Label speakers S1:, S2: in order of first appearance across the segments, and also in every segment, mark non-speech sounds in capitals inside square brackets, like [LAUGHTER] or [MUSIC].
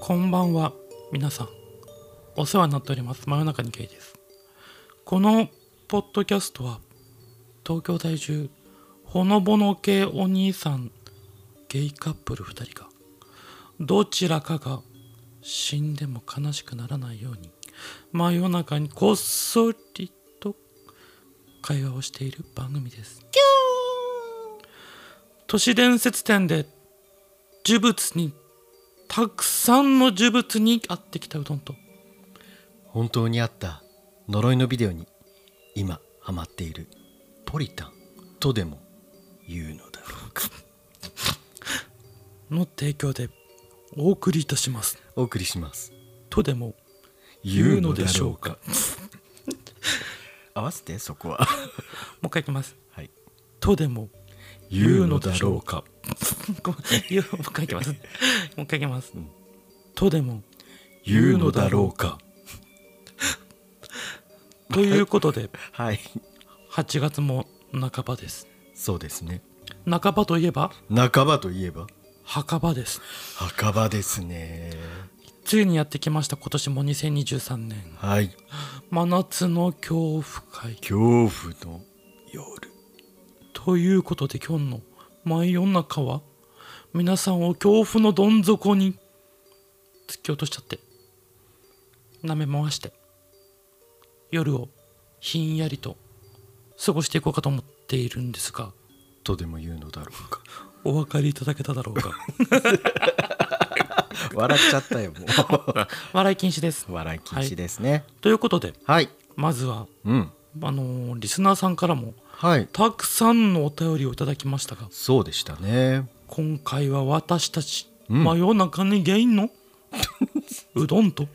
S1: こんばんは皆さんお世話になっております真夜中にゲイですこのポッドキャストは東京在住ほのぼの系お兄さんゲイカップル2人がどちらかが死んでも悲しくならないように真夜中にこっそりと会話をしている番組です都市伝説展で呪物にたくさんの呪物に合ってきたうどんと
S2: 本当にあった呪いのビデオに今ハマっているポリタンとでも言うのだろうか
S1: の提供でお送りいたします
S2: お送りします
S1: とでも
S2: 言
S1: 言
S2: う
S1: う
S2: の
S1: の
S2: で
S1: で
S2: し
S1: し
S2: ょ
S1: ょ
S2: う
S1: う
S2: か
S1: か
S2: 合わせてそこは
S1: もう一回いきます
S2: はい
S1: とでも言うのだろうかごめん言うもう一回いきますもう一回いきます、とでも
S2: 言うのだろうか
S1: ということで
S2: はい
S1: 8月も半ばです
S2: そうですね
S1: 半ばといえば
S2: 半ばといえば
S1: 墓場です
S2: 墓場ですね
S1: ついにやってきました今年も2023年
S2: はい
S1: 真夏の恐怖会
S2: 恐怖の夜
S1: ということで今日の「真夜中」は皆さんを恐怖のどん底に突き落としちゃって舐め回して夜をひんやりと過ごしていこうかと思っているんですが
S2: とでも言うのだろうか
S1: お分かりいただけただろう
S2: [LAUGHS]
S1: か
S2: 笑っちゃったよも
S1: 笑い禁止です
S2: う笑い禁止ですね
S1: ということで
S2: はい、
S1: まずは
S2: うん
S1: あのーリスナーさんからも
S2: はい
S1: たくさんのお便りをいただきましたが
S2: そうでしたね
S1: 今回は私たち、
S2: うん
S1: 真夜中に原因の
S2: [LAUGHS]
S1: うどんと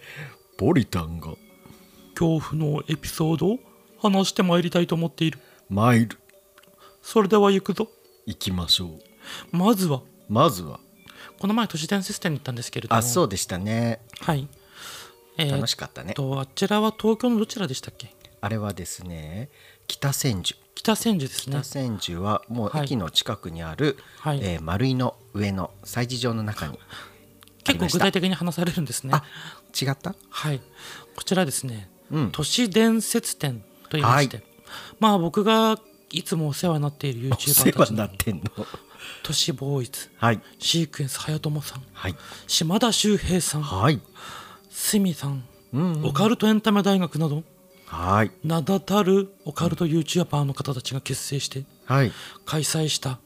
S2: ポリタンが
S1: 恐怖のエピソードを話してまいりたいと思っている
S2: マイル
S1: それでは行くぞ
S2: 行きましょう
S1: まずは
S2: まずは
S1: この前都市伝説展に行ったんですけれども
S2: あそうでしたね
S1: はいえー
S2: 楽
S1: っ
S2: しかったね、
S1: とあちらは東京のどちらでしたっけ
S2: あれはですね北千住
S1: 北千住ですね
S2: 北千住はもう
S1: はい
S2: 駅の近くにある、
S1: はい
S2: えー丸井の上の催事場の中にあり
S1: 結構
S2: まし
S1: 具
S2: た
S1: 体的に話されるんですね
S2: あ違った
S1: はいこちらですね、
S2: うん
S1: 都市伝説展と言いまして、まあ僕がいつもお世話になっている
S2: お世
S1: YouTuber た
S2: 話
S1: ち
S2: にな
S1: の
S2: ってんの
S1: 都市ボーイズ
S2: はい
S1: シークエンス早友さん
S2: はい
S1: 島田秀平さん
S2: はい
S1: 鷲見さん
S2: うんうん
S1: オカルトエンタメ大学など
S2: はい
S1: 名だたるオカルト YouTuber の方たちが結成して
S2: はい
S1: 開催した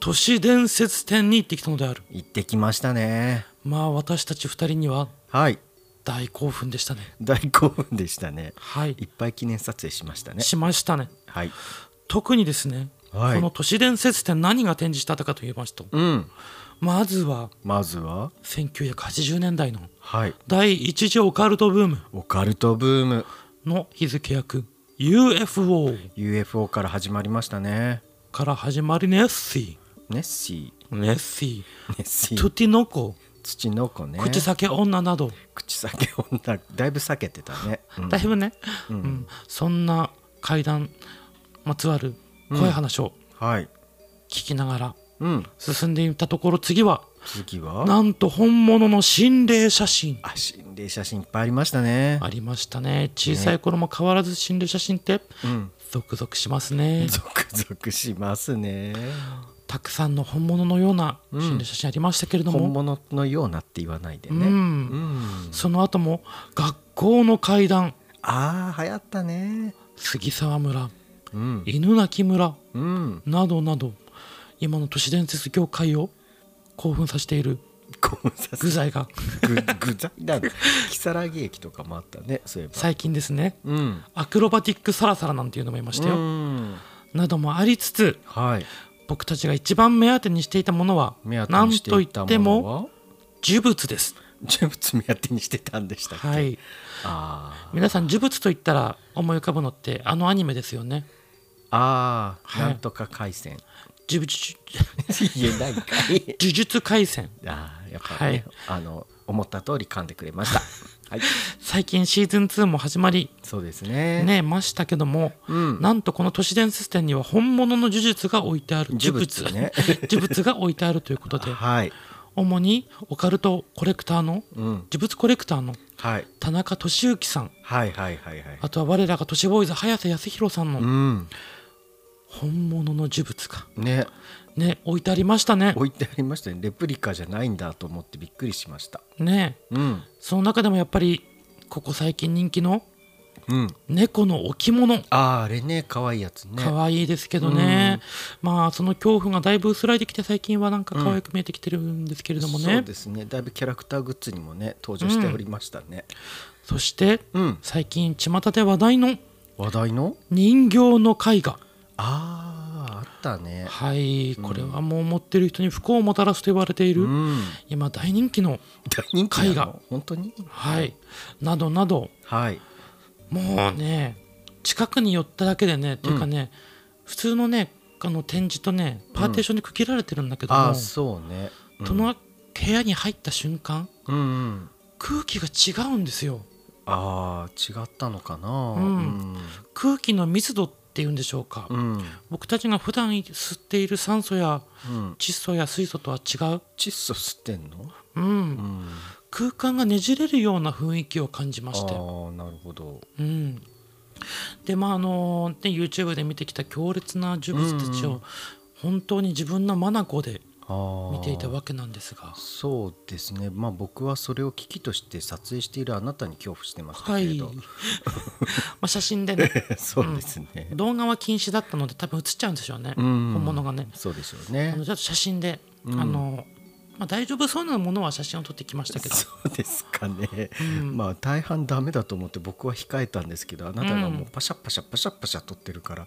S1: 都市伝説展に行ってきたのである
S2: 行ってきましたね
S1: まあ私たち2人には
S2: はい
S1: 大興奮でしたね
S2: 大興奮でしたね
S1: はい
S2: いっぱい記念撮影しましたね
S1: しましたね
S2: はい
S1: 特にですね、
S2: はい
S1: この都市伝説展何が展示してあったかと言いますと
S2: うん
S1: まずは
S2: まずは
S1: 1980年代の
S2: はい
S1: 第一次オカルトブーム
S2: オカルトブーム
S1: の日付役 UFO
S2: UFO から始まりましたね
S1: から始まりネッシ
S2: ネッシ
S1: ーネッシ
S2: ーネッシ
S1: ートゥ
S2: ー
S1: ティノコ
S2: 土の子ね
S1: 口裂け女など
S2: 口裂け女だいぶ避けてたね、うん
S1: だいぶね、うんそんな怪談まつわる怖い話を
S2: はい
S1: 聞きながら
S2: うん
S1: 進んでいったところ次は
S2: 次は
S1: なんと本物の心霊写真
S2: あ心霊写真いっぱいありましたね
S1: ありましたね小さい頃も変わらず心霊写真って
S2: うん
S1: ゾクゾクしますね
S2: ゾクゾクしますね
S1: たくさんの本物のような心霊写真ありましたけれども、
S2: 本物のようなって言わないで
S1: う
S2: ね
S1: ん
S2: うん
S1: その後も学校の怪談
S2: あー流行ったね
S1: 杉沢村
S2: うん
S1: 犬鳴村
S2: うん
S1: などなど今の都市伝説業界を興奮させている
S2: こうさ
S1: 具材が [LAUGHS]
S2: ぐ具材だね如月駅とかもあったねそういえば
S1: 最近ですね
S2: うん
S1: アクロバティックサラサラなんていうのもいました
S2: う
S1: よ、
S2: ん
S1: などもありつつ
S2: はい
S1: 僕たちが一番目当てにしていたものは
S2: 目当て
S1: なん
S2: にして
S1: とい
S2: いた
S1: って
S2: もの
S1: も
S2: は
S1: 呪物です
S2: 呪物目当てにしてたんでしたっけ、
S1: はい
S2: あ
S1: 皆さん呪物と言ったら思い浮かぶのってあのアニメですよね
S2: ーあー、
S1: はい
S2: なんとか回線
S1: 呪術
S2: 言えないかい
S1: 呪術廻戦
S2: あーやっぱりね、あの思った通り噛んでくれましたはい
S1: 最近シーズン2も始まり
S2: そうですね
S1: ねましたけども、
S2: うん
S1: なんとこの都市伝説展には本物の呪術が置いてある
S2: 呪物ね
S1: [LAUGHS] 呪物呪物が置いてあるということで
S2: はい
S1: 主にオカルトコレクターの
S2: うん
S1: 呪物コレクターの
S2: はい
S1: 田中俊之さん
S2: はいはいはいはい
S1: あとは我らが都市ボーイズ早瀬康弘さん
S2: う
S1: の
S2: ん
S1: 本物の呪物が
S2: ね
S1: ね置いてありましたね
S2: 置いてありましたねレプリカじゃないんだと思ってびっくりしました
S1: ね
S2: うん
S1: その中でもやっぱりここ最近人気の
S2: うん
S1: 猫の置物
S2: あーあれね可愛いやつね
S1: 可愛いですけどね、まあその恐怖がだいぶ薄らいできて最近はなんか可愛く見えてきてるんですけれどもね、
S2: そうですねだいぶキャラクターグッズにもね登場しておりましたね
S1: そして
S2: うん
S1: 最近巷で話題の
S2: 話題の
S1: 人形の絵画
S2: あああったね
S1: はいこれはもう持ってる人に不幸をもたらすと言われていうる、
S2: ん
S1: 今大人気の
S2: 大人気なの
S1: 絵画
S2: 本当に
S1: はいなどなど
S2: はい
S1: もうね近くに寄っただけでね、っていうかね普通のねあの展示とねパーテーションに区切られてるんだけども、
S2: ああそうねうん
S1: その部屋に入った瞬間
S2: うんうん
S1: 空気が違うんですよ
S2: ああ違ったのかなうんん
S1: 空気の密度っていうんでしょうか、
S2: うん
S1: 僕たちが普段吸っている酸素や
S2: うん
S1: 窒素や水素とは違う、
S2: 窒素吸ってんの
S1: うん
S2: うん
S1: 空間がねじれるような雰囲気を感じまして、
S2: ああなるほど
S1: うん、でまああのね YouTube で見てきた強烈な呪物たち
S2: うんう
S1: を本当に自分の眼で
S2: ああ
S1: 見ていたわけなんですが、
S2: そうですねまあ僕はそれを危機として撮影しているあなたに恐怖してました
S1: は
S2: け
S1: い [LAUGHS]
S2: れ
S1: ま
S2: ど、
S1: あ写真でね
S2: [LAUGHS] そうですね
S1: 動画は禁止だったので多分映っちゃうんでしょうね、
S2: うん
S1: 本物がね
S2: そうでしょう
S1: あ
S2: ね
S1: のちょっと写真で、あのまあ、大丈夫そうなものは写真を撮ってきましたけど
S2: そうですかね、まあ大半ダメだと思って僕は控えたんですけどあなたがもうパシャパシャパシャパシャ撮ってるから、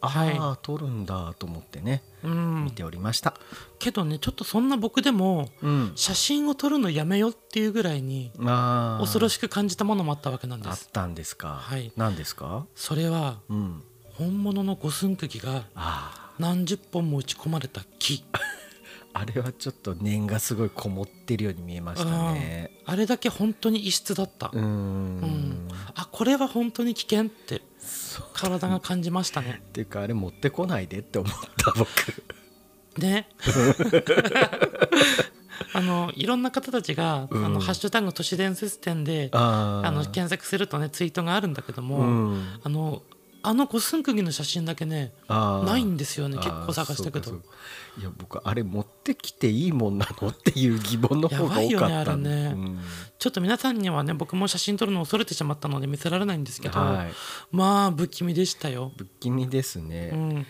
S1: はい
S2: ああ撮るんだと思ってね
S1: うん
S2: 見ておりました
S1: けどねちょっとそんな僕でも
S2: うん、
S1: 写真を撮るのやめようっていうぐらいに
S2: ああ
S1: 恐ろ
S2: し
S1: しく感じたものもあったわけなんで
S2: あっ
S1: す
S2: たんですか、
S1: はい
S2: 何ですか
S1: それは
S2: うん
S1: 本物の五寸釘が
S2: あ
S1: 何十本も打ち込まれた木
S2: ああれはちょっと念がすごいこもってるように見えましたね
S1: あれだけ本当に異質だった、
S2: うーん
S1: うんあこれは本当に危険って
S2: そう
S1: 体が感じましたね
S2: っていうかあれ持ってこないでって思った
S1: [LAUGHS]
S2: 僕
S1: ねあのいろんな方たちが「
S2: うん
S1: あのハッシュタグ都市伝説展で」
S2: あー
S1: あの検索するとねツイートがあるんだけども、
S2: うん
S1: あのあの五寸釘の写真だけね
S2: あー
S1: ないんですよね
S2: あ
S1: 結
S2: ー
S1: 構探したけ
S2: そ
S1: ど
S2: うかそうかいや僕あれ持ってきていいもんなのっていう疑問の方が多
S1: やば
S2: かった
S1: いよ
S2: んで
S1: ねあれね
S2: うん
S1: ちょっと皆さんにはね僕も写真撮るのを恐れてしまったので見せられないんですけど、
S2: はい
S1: まあ不気味でしたよ、
S2: 不気味です
S1: う
S2: ね、
S1: ん、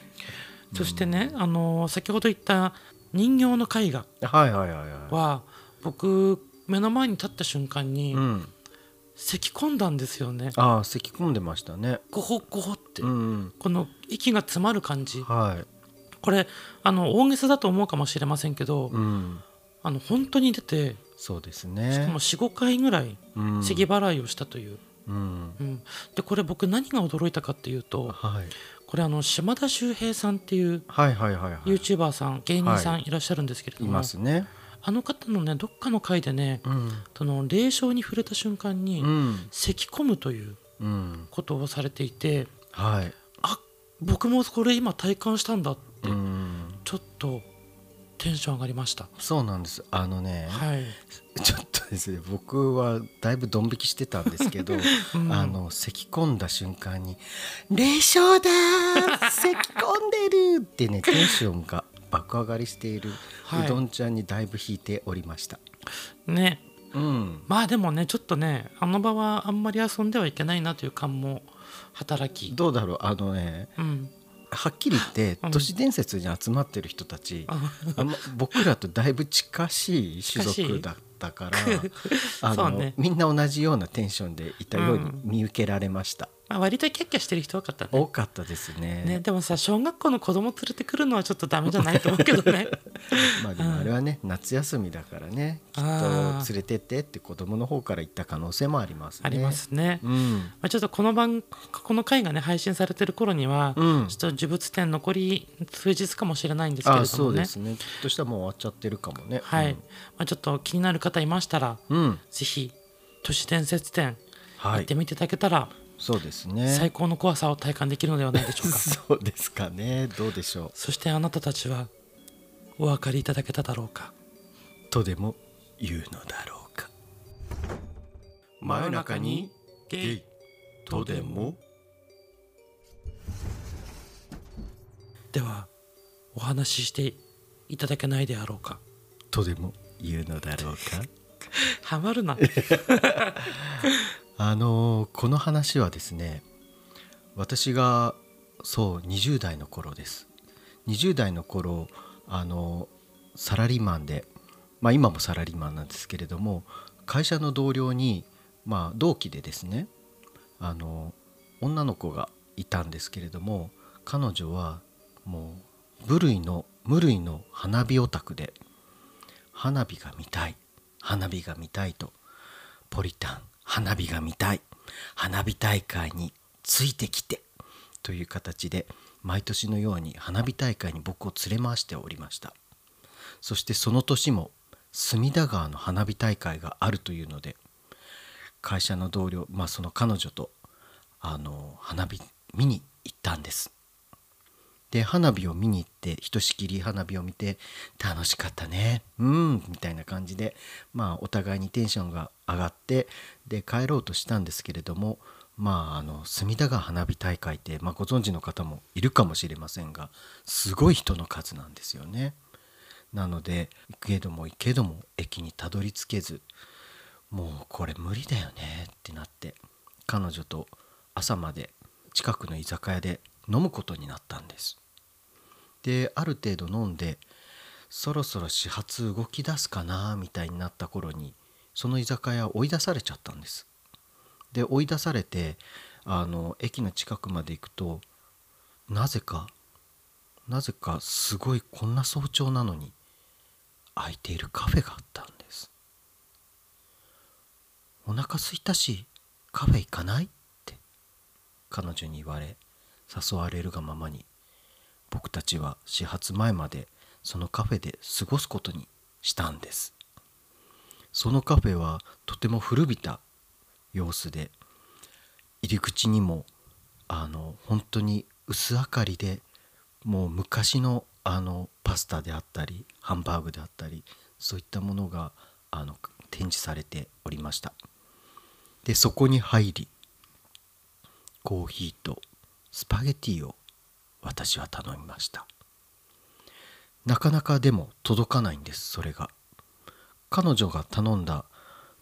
S1: そしてね、あの先ほど言った人形の絵画
S2: はいはいはいは
S1: は僕目の前に立った瞬間
S2: い
S1: に
S2: うん
S1: 咳き込んだんですよね、
S2: ああ咳き込んでましたね
S1: ゴホゴホって、
S2: うん
S1: この息が詰まる感じ
S2: はい
S1: これあの大げさだと思うかもしれませんけど、
S2: うん
S1: あの本当に出て
S2: そうです
S1: しか
S2: ね
S1: も45回ぐらい
S2: うん
S1: 咳払いをしたという、
S2: うん
S1: うんでこれ僕何が驚いたかっていうと
S2: はい
S1: これあの島田秀平さんっていう
S2: はいはいはいはい
S1: YouTuber さん芸人さんいらっしゃるんですけれ
S2: い
S1: ども、
S2: ますね
S1: あの方のねどっかの回でね、
S2: うん
S1: その霊障に触れた瞬間に
S2: うん
S1: 咳き込むという
S2: うん
S1: ことをされていて
S2: はい
S1: あ僕もこれ今体感したんだって
S2: うん
S1: ちょっとテンション上がりました、
S2: そうなんですあのね、
S1: はい
S2: [LAUGHS] ちょっとですね僕はだいぶドン引きしてたんで
S1: [LAUGHS]
S2: すけど、
S1: ん
S2: あの咳き込んだ瞬間に「霊障だー咳き込んでる!」っ
S1: [LAUGHS]
S2: てねテンションが爆上がりしている
S1: はいう
S2: どんちゃんにだいぶ引いておりました。
S1: ね
S2: うん
S1: まあでもねちょっとねあの場はあんまり遊んではいけないなという感も働き
S2: どうだろうあのね
S1: うん
S2: はっきり言って
S1: うん
S2: 都市伝説に集まってる人たち、
S1: あ
S2: あんま僕らとだいぶ近しい種
S1: 近しい
S2: 族だったからあ
S1: [LAUGHS] そ
S2: の、
S1: うね
S2: みんな同じようなテンションでいたように見受けられました。
S1: まあ、割とキャッキャしてる人多かったね
S2: 多かったですね
S1: ねでもさ小学校の子供連れてくるのはちょっとダメじゃないと思うけどね
S2: まあでもあれはね、夏休みだからねきっと
S1: あ
S2: 連
S1: ー
S2: れてってって子供の方から言った可能性 [LAUGHS] もありますね。
S1: ありま、すね、
S2: うん
S1: まあ、ちょっとこの番この回がね配信されてる頃には、
S2: うん
S1: ちょっと呪物展残り数日かもしれないんですけれど
S2: あ
S1: もね
S2: そうですねきっとしたらもう終わっちゃってるかもね。
S1: はい、まあ、ちょっと気になる方いましたら
S2: うん、うん
S1: ぜひ都市伝説展
S2: は
S1: 行っ
S2: い
S1: てみていただけたら、
S2: そうですね
S1: 最高の怖さを体感できるのではないで [LAUGHS] しょうか
S2: [LAUGHS] そうですかねどうでしょ
S1: そしてあなたたちはお分かりいただけただろうか
S2: うとでも言うのだろうか
S1: 真夜中にゲイ
S2: とでも
S1: ではお話ししていただけないであろうか
S2: とでも言うのだろうか
S1: [LAUGHS] ハマるな
S2: あのーこの話はですね私がそう20代の頃です20代の頃あのーサラリーマンでまあ今もサラリーマンなんですけれども会社の同僚にまあ同期でですねあのー女の子がいたんですけれども彼女はもう部類の無類の花火オタクで花火が見たい花火が見たいとポリタン花火が見たい花火大会についてきてという形で毎年のように花火大会に僕を連れ回しておりましたそしてその年も隅田川の花火大会があるというので会社の同僚まあその彼女とあの花火見に行ったんですで花火を見に行ってひとしきり花火を見て楽しかったねうんみたいな感じでまあお互いにテンションが上がってで帰ろうとしたんですけれどもまああの隅田川花火大会って、まあ、ご存知の方もいるかもしれませんがすごい人の数なんですよね。なので行けども行けども駅にたどり着けずもうこれ無理だよねってなって彼女と朝まで近くの居酒屋で飲むことになったんですである程度飲んでそろそろ始発動き出すかなみたいになった頃にその居酒屋を追い出されちゃったんですで追い出されてあの駅の近くまで行くとなぜかなぜかすごいこんな早朝なのに空いているカフェがあったんですお腹空いたしカフェ行かないって彼女に言われ誘われるがままに僕たちは始発前までそのカフェで過ごすことにしたんですそのカフェはとても古びた様子で入り口にもあの本当に薄明かりでもう昔のあのパスタであったりハンバーグであったりそういったものがあの展示されておりましたでそこに入りコーヒーとスパゲティを私は頼みましたなかなかでも届かないんですそれが彼女が頼んだ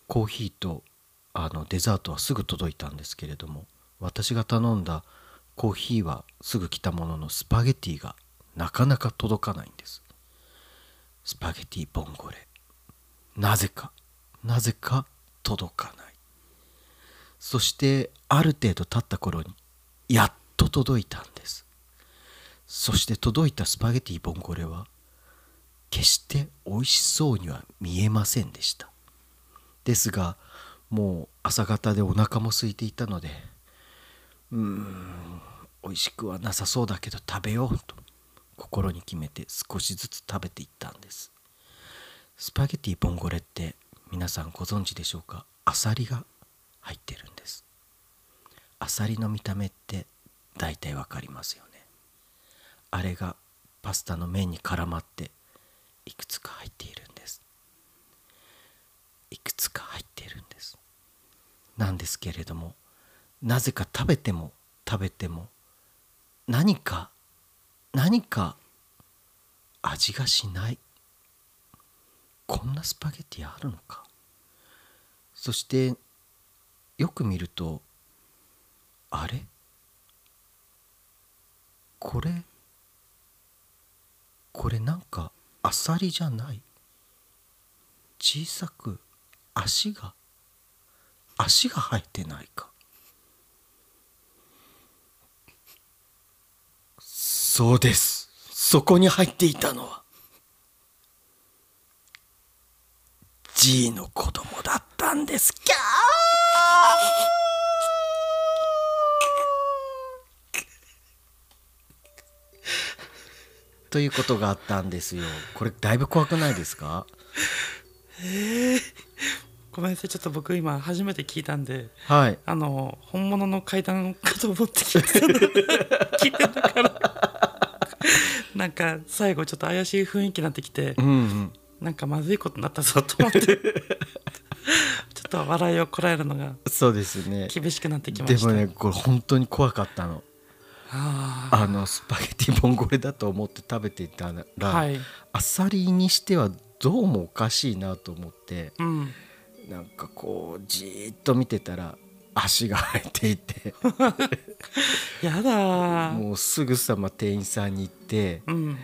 S2: コーヒーとあのデザートはすぐ届いたんですけれども私が頼んだコーヒーはすぐ来たもののスパゲティがなかなか届かないんですスパゲティボンゴレなぜかなぜか届かないそしてある程度経った頃にやっと届いたんですそして届いたスパゲティボンゴレは決して美味しそうには見えませんでしたですがもう朝方でお腹も空いていたのでうーん美味しくはなさそうだけど食べようと心に決めて少しずつ食べていったんですスパゲティボンゴレって皆さんご存知でしょうかアサリが入ってるんですアサリの見た目って大体わかりますよねあれがパスタの麺に絡まっていくつか入っているんですいくつか入っているんですなんですけれどもなぜか食べても食べても何か何か味がしないこんなスパゲティあるのかそしてよく見るとあれこれこれなんかアサリじゃない小さく足が足が生えてないかそうですそこに入っていたのは G の子供だったんですキャー [LAUGHS] ということがあったんですよこれだいぶ怖くないですか
S1: ごめんなさいちょっと僕今初めて聞いたんで
S2: はい
S1: あの本物の階段かと思って聞いてた [LAUGHS] んで聞いてたからなんか最後ちょっと怪しい雰囲気になってきて
S2: うんうん
S1: なんかまずいことになったぞと思って [LAUGHS] ちょっと笑いをこらえるのが
S2: そうですね
S1: 厳しくなってきま
S2: で
S1: した
S2: もねこれ本当に怖かったの
S1: あ
S2: あのスパゲティボンゴレだと思って食べていた
S1: あ
S2: ら、
S1: はい
S2: あさりにしてはどうもおかしいなと思って
S1: うん
S2: なんかこうじーっと見てたら足が生えて
S1: [LAUGHS]
S2: いて
S1: やだー
S2: もうすぐさま店員さんに行って
S1: うん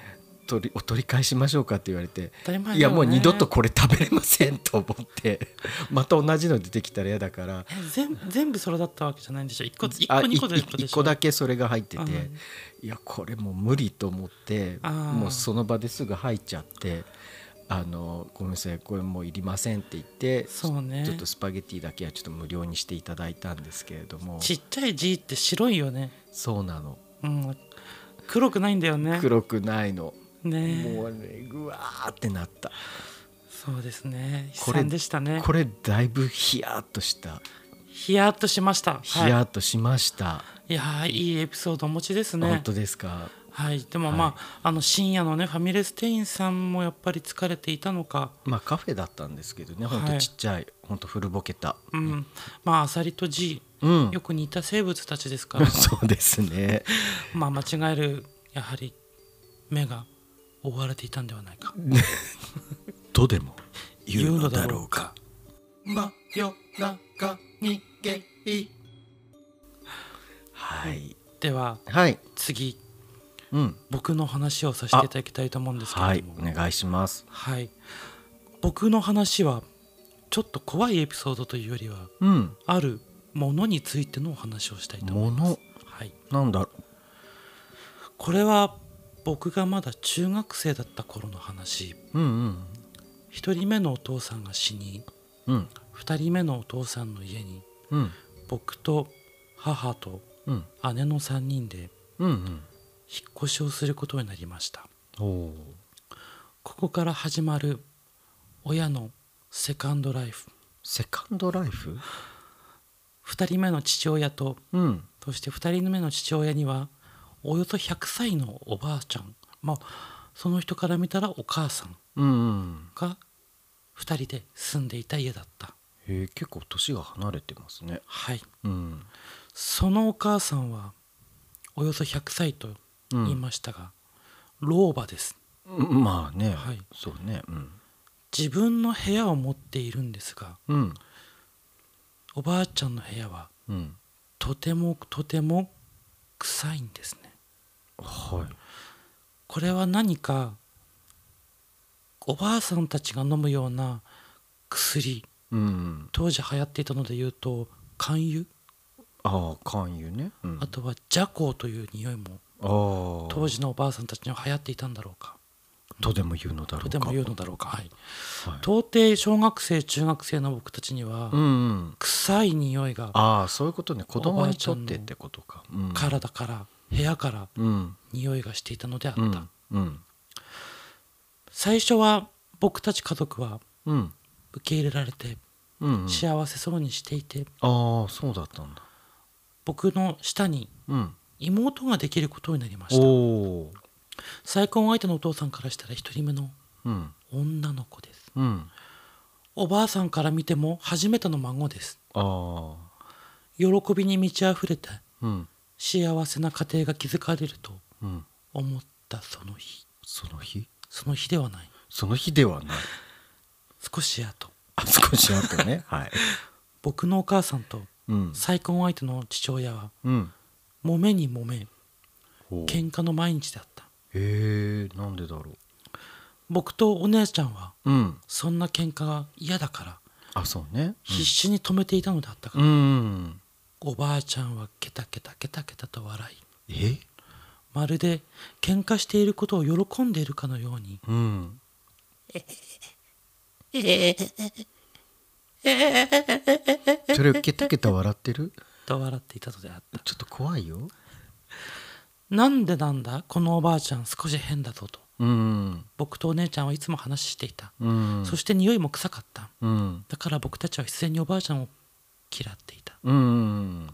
S2: 取りお取り返しましょうかって言われて
S1: 当たり前だよね
S2: いやもう二度とこれ食べれませんと思って [LAUGHS] また同じの出てきたら嫌だから
S1: え全全部それだったわけじゃないんでしょ一個ず一個
S2: あ
S1: 二個で
S2: いい
S1: 一
S2: 一個だ
S1: け
S2: けそれが入ってて、
S1: うん
S2: いやこれもう無理と思って
S1: あー
S2: もうその場ですぐ入っちゃってあのごめんなさいこれもういりませんって言って
S1: そうね
S2: ちょっとスパゲティだけはちょっと無料にしていただいたんですけれども
S1: ちっちゃい G って白いよね
S2: そうなの
S1: うん黒くないんだよね
S2: 黒くないのも
S1: ね
S2: うねぐわーってなった
S1: そうですね
S2: こ
S1: 悲
S2: れ
S1: 惨でしたね
S2: これだいぶヒヤーっとした
S1: ヒヤッとしました
S2: ヒ
S1: は
S2: ヤーっとしました、
S1: い、いやーいいエピソードお持ちです
S2: 本
S1: ね
S2: 当ですか
S1: はいでもまあ,、あの深夜のねファミレス店員さんもやっぱり疲れていたのか
S2: まあカフェだったんですけどね本
S1: は
S2: 当
S1: い
S2: ちっちゃい本当古ぼけた
S1: うんまあアサリと G
S2: うん
S1: よく似た生物たちですから
S2: そうですね
S1: まあ間違えるやはり目が覆われていたんではないか
S2: とでも
S1: 言うのだろう
S2: か真夜中にゲイはい
S1: では
S2: はい
S1: 次
S2: うん
S1: 僕の話をさせていただきたいと思うんですけ
S2: は
S1: れ
S2: い
S1: ども
S2: お願いします
S1: はい、僕の話はちょっと怖いエピソードというよりは
S2: うん
S1: あるものについてのお話をしたいと思い
S2: も
S1: ます、
S2: の
S1: はい、
S2: なんだろ
S1: これは僕がまだ中学生だった頃の話
S2: ううん
S1: 1人目のお父さんが死に
S2: うんうん
S1: 2人目のお父さんの家に
S2: うん
S1: 僕と母と
S2: うん
S1: 姉の3人で
S2: うんうん
S1: 引っ越しをすることになりました
S2: おお
S1: ここから始まる親のセカンドライフ
S2: セカンドライフ
S1: 2人目の父親と
S2: うん
S1: そして2人目の父親にはおよそ100歳のおばあちゃんまあその人から見たらお母さん
S2: うんうん
S1: が2人で住んでいた家だった
S2: へえ結構年が離れてますね
S1: はい
S2: うん
S1: そのお母さんはおよそ100歳と言いましたが、老婆です
S2: まあね、
S1: はい
S2: そうねうん
S1: 自分の部屋を持っているんですが
S2: うん
S1: おばあちゃんの部屋は
S2: うん
S1: とてもとても臭いんですね
S2: はい
S1: これは何かおばあさんたちが飲むような薬
S2: うん
S1: 当時流行っていたので言うと肝油
S2: ああ勧誘ね、うん、
S1: あとはジャコウという匂いも
S2: ああ
S1: 当時のおばあさんたちには流行っていたんだろうか
S2: とでも言うのだろう
S1: とて
S2: か
S1: も言うのだろうかはい
S2: はい
S1: 到底小学生中学生の僕たちには
S2: うんうん
S1: 臭い匂いが
S2: ああそういうことね子
S1: おば
S2: 供
S1: あ
S2: に
S1: ちゃ
S2: とっ
S1: んの
S2: てってことか、うん、
S1: 体から部屋から
S2: うん
S1: 匂いがしていたのであった、
S2: うんうん
S1: 最初は僕たち家族は
S2: うん
S1: 受け入れられて
S2: うん
S1: 幸せそうにしていて、
S2: ああそうだったんだ
S1: 僕の下に
S2: うん
S1: 妹ができることになりまし
S2: お
S1: た
S2: お
S1: 再婚相手のお父さんからしたら一人目の
S2: うん
S1: 女の子です
S2: うん
S1: おばあさんから見ても初めての孫です
S2: ああ
S1: 喜びに満ち溢れて
S2: うん
S1: 幸せな家庭が築かれると
S2: うん
S1: 思ったその日
S2: その日
S1: その日ではない
S2: その日ではない
S1: 少し後
S2: [LAUGHS] あ少し後ね [LAUGHS] はい
S1: 僕のお母さんと
S2: うん
S1: 再婚相手の父親は
S2: うん
S1: 揉めに揉め
S2: おーへ
S1: 喧嘩の毎日だった
S2: えなんでだろ
S1: 僕とお姉ちゃんは
S2: ううん
S1: そんな喧嘩が嫌だから
S2: あそうね
S1: 必死に止めていたのだったが、
S2: うんうん
S1: おばあちゃんはケタケタケタケタと笑い
S2: え
S1: まるで喧嘩していることを喜んでいるかのように
S2: うんそれケタケタ笑ってる
S1: と笑っていたのであった
S2: ちょっと怖いよ
S1: なんでなんだこのおばあちゃん少し変だぞと
S2: うん
S1: 僕とお姉ちゃんはいつも話していた、
S2: うん
S1: そして匂いも臭かった
S2: うん
S1: だから僕たちは必然におばあちゃんを嫌っていた
S2: うん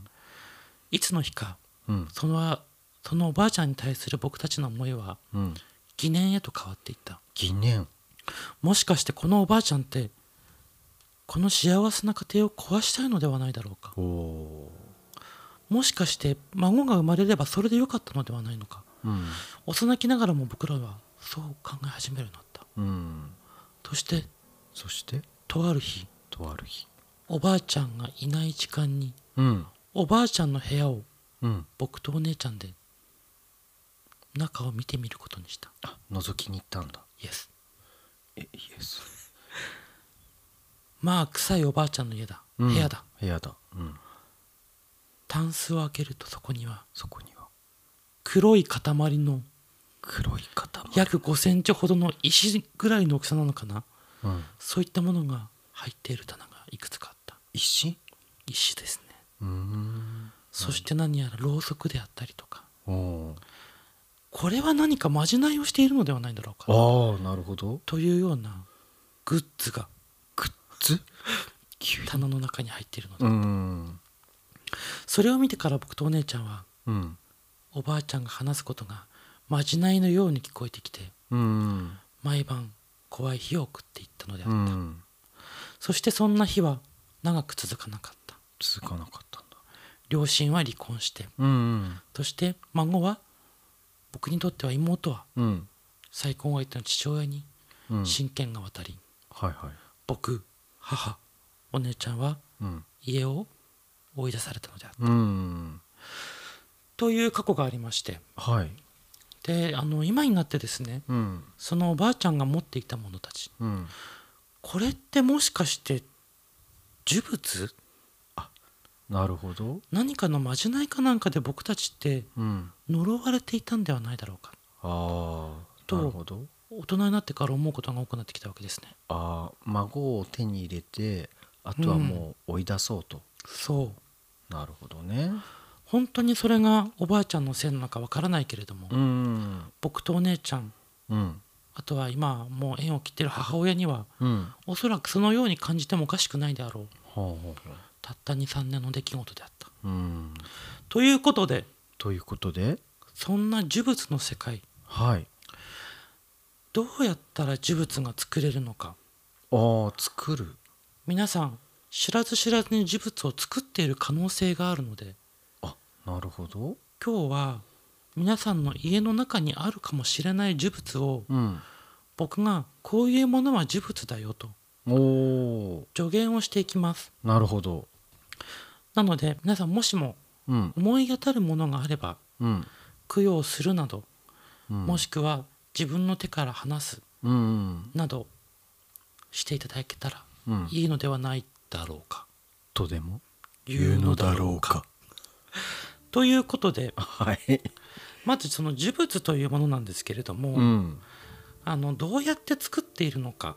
S1: いつの日か
S2: うん
S1: そのそのおばあちゃんに対する僕たちの思いは
S2: うん
S1: 疑念へと変わっていった
S2: 疑念
S1: もしかしてこのおばあちゃんってこの幸せな家庭を壊したいのではないだろうか
S2: おお
S1: もしかして孫が生まれればそれでよかったのではないのか
S2: ーうん
S1: 幼きながらも僕らはそう考え始めるようになった
S2: うん
S1: そして
S2: そして
S1: とある日
S2: とある日
S1: おばあちゃんがいない時間に
S2: うん
S1: おばあちゃんの部屋を
S2: うん
S1: 僕とお姉ちゃんで中を見てみることにした
S2: あ覗きに行ったんだ
S1: イエス
S2: えイエス
S1: まあ臭いおばあちゃんの家だ、
S2: うん
S1: 部屋だ
S2: 部屋だうん
S1: タンスを開けるとそこには
S2: そこには
S1: 黒い塊の
S2: 黒い塊
S1: 約5センチほどの石ぐらいの大きさなのかな
S2: うん、
S1: そういったものが入っている棚がいくつかあった
S2: 石
S1: 石ですね
S2: うーん
S1: そして何やらろうそくであったりとか
S2: おお
S1: これは何かまじないをしているのではないだろうか
S2: ああなるほど
S1: というようなグッズが
S2: グッズ急に
S1: 棚の中に入っているのだ、
S2: うん
S1: それを見てから僕とお姉ちゃんは
S2: うん
S1: おばあちゃんが話すことがまじないのように聞こえてきて
S2: うん
S1: 毎晩怖い日を送っていったのであっ
S2: う
S1: た、
S2: ん
S1: そしてそんな日は長く続かなかった
S2: 続かなかったんだ
S1: 両親は離婚して
S2: うん
S1: そして孫は僕にとっては妹は
S2: うん
S1: 再婚相手の父親に
S2: うん
S1: 親権が渡り、
S2: はいはい
S1: 僕母お姉ちゃんは
S2: うん
S1: 家を追い出されたのであった
S2: うん
S1: という過去がありまして
S2: はい
S1: であの今になってですね
S2: うん
S1: そのおばあちゃんが持っていたものたち
S2: うん
S1: これってもしかして呪物
S2: なるほど
S1: 何かのまじないかなんかで僕たちって
S2: うん
S1: 呪われていたんではないだろうか
S2: ああ
S1: と
S2: なるほど
S1: 大人になってから思うことが多くなってきたわけですね
S2: ああ孫を手に入れてあとはもう追い出そうと、
S1: そう
S2: なるほどね
S1: 本当にそれがおばあちゃんのせいなのかわからないけれども、
S2: うん
S1: 僕とお姉ちゃん
S2: うん
S1: あとは今もう縁を切ってる母親には
S2: うんは
S1: おそらくそのように感じてもおかしくないであろう
S2: あはあはあ
S1: たった23年の出来事であった
S2: うん
S1: ということで
S2: ということで
S1: そんな呪物の世界
S2: はい
S1: どうやったら呪物が作れるのか
S2: ああ作る
S1: 皆さん知らず知らずに呪物を作っている可能性があるので
S2: あなるほど
S1: 今日は皆さんの家の中にあるかもしれない呪物を
S2: うん
S1: 僕がこういうものは呪物だよと
S2: おお
S1: 助言をしていきます
S2: なるほど
S1: なので皆さんもしも
S2: うん
S1: 思い当たるものがあれば
S2: うん、
S1: 供養するなど、
S2: うん、
S1: もしくは自分の手から離す
S2: うん
S1: などしていただけたら
S2: うんうん
S1: いいのではないだろうか
S2: とでも言うのだろうか
S1: ということで
S2: はい
S1: まずその呪物というものなんですけれども、
S2: うん
S1: あのどうやって作っているのか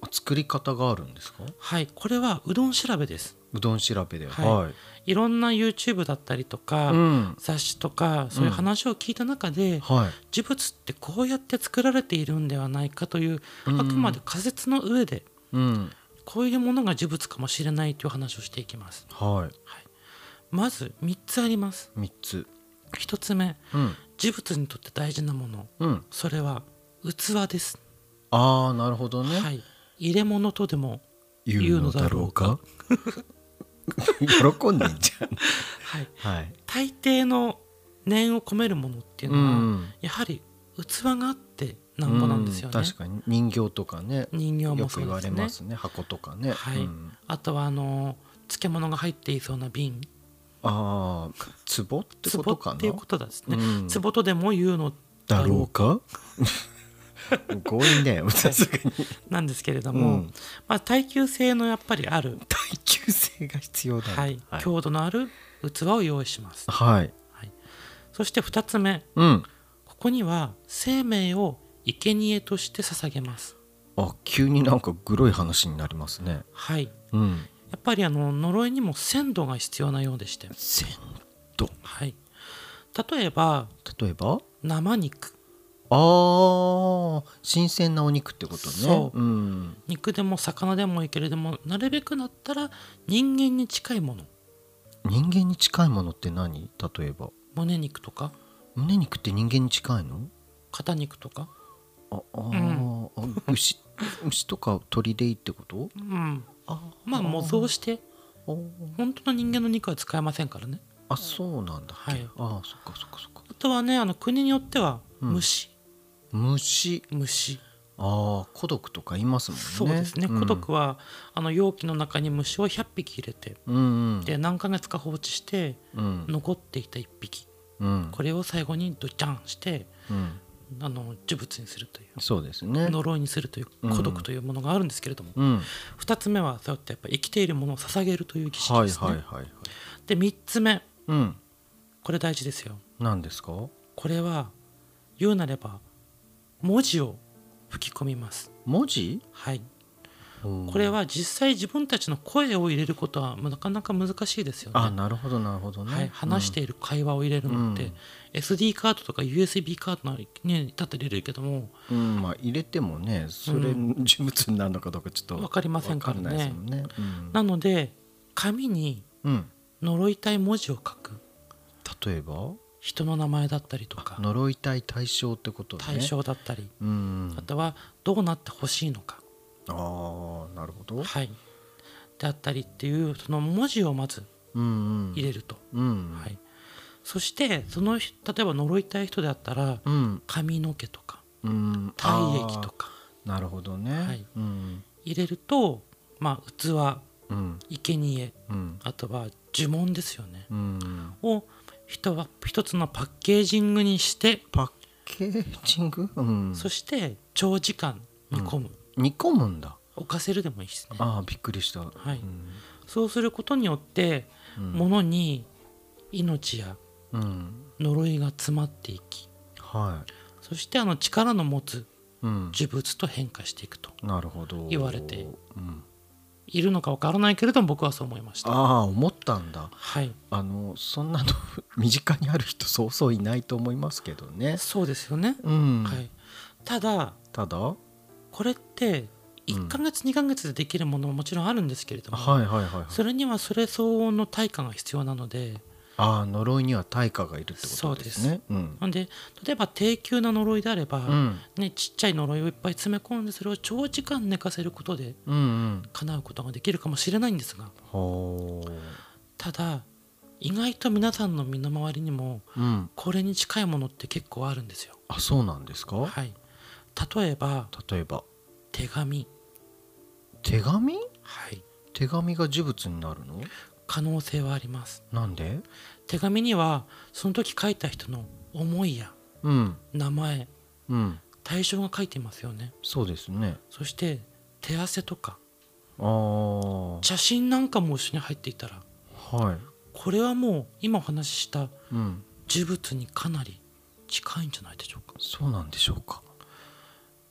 S2: あ作り方があるんですか
S1: はいこれはうどん調べです
S2: うどん調べで
S1: はい
S2: はい、
S1: いろんな YouTube だったりとか、
S2: うん
S1: 雑誌とかそういう話を聞いた中で、
S2: はい
S1: 呪物ってこうやって作られているんではないかというあ
S2: うん
S1: くまで仮説の上で
S2: うん
S1: こういうものが呪物かもしれないという話をしていきます
S2: は
S1: まず3つあります
S2: い三つ
S1: 1つ目
S2: うん
S1: 呪物にとって大事なもの
S2: うん
S1: それは器です、
S2: ああなるほどね、
S1: はい入れ物とでも
S2: 言うのだろうか [LAUGHS] 喜んでんじ
S1: [LAUGHS]
S2: ゃん
S1: はい
S2: はい
S1: 大抵の念を込めるものっていう
S2: う
S1: のは、
S2: ん
S1: やはり器があってなんぼなんですよね、
S2: う確かに人形とかね
S1: 人形
S2: よ
S1: も
S2: く
S1: そう
S2: 言わ
S1: で
S2: れ
S1: すね
S2: ますね箱とかね
S1: はい
S2: うん
S1: あとはあの漬物が入っていそうな瓶
S2: ああ壺ってこと
S1: 壺
S2: か
S1: っ
S2: な
S1: ていうことですね、
S2: うん
S1: 壺とでも言うの
S2: だろうか [LAUGHS] 強引だよさすがに
S1: なんですけれども、
S2: うん
S1: まあ、耐久性のやっぱりある、
S2: 耐久性が必要だ
S1: はい
S2: はい
S1: 強度のある器を用意します、
S2: はい
S1: はい、そして2つ目
S2: うん
S1: ここには生命を生贄として捧げます
S2: あ急になんかグロい話になりますね
S1: はい
S2: うん
S1: やっぱりあの呪いにも鮮度が必要なようでして
S2: 鮮度
S1: はい例えば
S2: 例えば
S1: 生肉
S2: ああ新鮮なお肉ってことね
S1: そう
S2: うん
S1: 肉でも魚でもいいけれどもなるべくなったら人間に近いもの
S2: 人間に近いものって何例えば
S1: 胸肉とか
S2: 胸肉って人間に近いの
S1: 肩肉とか
S2: ああ
S1: ん
S2: ー、あ牛 [LAUGHS] 虫とか鳥でいいってこと
S1: うん
S2: あ
S1: まあ模造して
S2: あ
S1: 本当の人間の肉は使えませんからね
S2: あそうなんだっけ、
S1: はい
S2: あそっかそっかそっか
S1: あとはねあの国によっては
S2: うん
S1: 虫、
S2: 虫
S1: 虫
S2: ああ孤独とかいますもんね
S1: そうですね、孤独
S2: は
S1: はあの容器の中に虫を100匹入れて
S2: うんうん
S1: で何ヶ月か放置して
S2: うん
S1: 残っていた1匹
S2: うん
S1: これを最後にドチャンして
S2: うん
S1: あの呪物にするという
S2: そうですね
S1: 呪いにするという
S2: うん
S1: 孤独というものがあるんですけれども、
S2: うん
S1: 2つ目はそうやってやっぱ生きているものを捧げるという儀式
S2: はい
S1: ですね、
S2: はいはいはい
S1: で3つ目
S2: うん
S1: これ大事ですよ
S2: 何ですか
S1: これは言うなれば文字を吹き込みます
S2: 文字
S1: はい
S2: こ
S1: これは実際自分たちの声を入れることはなかなか難しいですよね
S2: あなるほどなるほどね、
S1: はい、話している会話を入れるのって、
S2: うん
S1: SD カードとか USB カードに立って入れるけども
S2: うん、うんまあ入れてもねそれ
S1: う
S2: 人物になるのかどうかちょっと
S1: わかりませんから
S2: わかんないです
S1: ね
S2: もんねうん
S1: なので紙に
S2: うん
S1: 呪いたい文字を書く
S2: 例えば
S1: 人の名前だったりとか
S2: 呪いたい対象ってことね
S1: 対象だったり
S2: うん
S1: あとはどうなってほしいのか、
S2: ああなるほど
S1: はい、であったりっていうその文字をまず
S2: うんうん
S1: 入れると、
S2: うん
S1: はい、そしてその人例えば呪いたい人であったら
S2: うん
S1: 髪の毛とか
S2: うん
S1: 体液とか
S2: あーなるほどね
S1: はい
S2: うん
S1: 入れると、まあ、器
S2: うん
S1: 生贄
S2: うん
S1: あとは呪文ですよね
S2: うん
S1: を人は一つのパッケージングにして、
S2: パッケージングうん
S1: そして長時間煮込む、
S2: 煮込むんだ
S1: 置かせるでもいいですね
S2: ああびっくりした
S1: はい
S2: うん
S1: そうすることによって、
S2: うん
S1: 物に命や
S2: うん
S1: 呪いが詰まっていき
S2: はい
S1: そしてあの力の持つ
S2: うん
S1: 呪物と変化していくと
S2: なるほど
S1: 言われて
S2: うん
S1: いるのかわからないけれども僕はそう思いました
S2: ああ思ったんだ
S1: はい
S2: あのそんなの [LAUGHS] 身近にある人そうそういないと思いますけどね
S1: そうですよね、
S2: うん、
S1: はい、ただ
S2: ただは
S1: これって1ヶ月2ヶ月でできるものももちろんあるんですけれど
S2: い
S1: も、
S2: はいはいはい
S1: それにはそれ相応の対価が必要なので
S2: ああ呪いには対価がいるってことですねうん
S1: なんで例えば低級な呪いであれば、
S2: うん
S1: ね、ちっちゃい呪いをいっぱい詰め込んでそれを長時間寝かせることで
S2: うんうん
S1: 叶うことができるかもしれないんですが
S2: ほ
S1: ただ意外と皆さんの身の回りにも
S2: ううん
S1: これに近いものって結構あるんですよ。
S2: あそうなんですか、
S1: はい、例えば
S2: 例えば
S1: 手紙、
S2: 手紙
S1: はい、
S2: 手紙が呪物になるの
S1: 可能性はあります
S2: なんで
S1: 手紙にはその時書いた人の思いや
S2: うん
S1: 名前
S2: うん
S1: 対象が書いていますよね
S2: そうですね
S1: そして手汗とか
S2: ああは
S1: 写真なんかも一緒に入っていたら
S2: い
S1: これはもう今お話しした
S2: うん
S1: 呪物にかなり近いんじゃないでしょうか
S2: そうなんでしょうか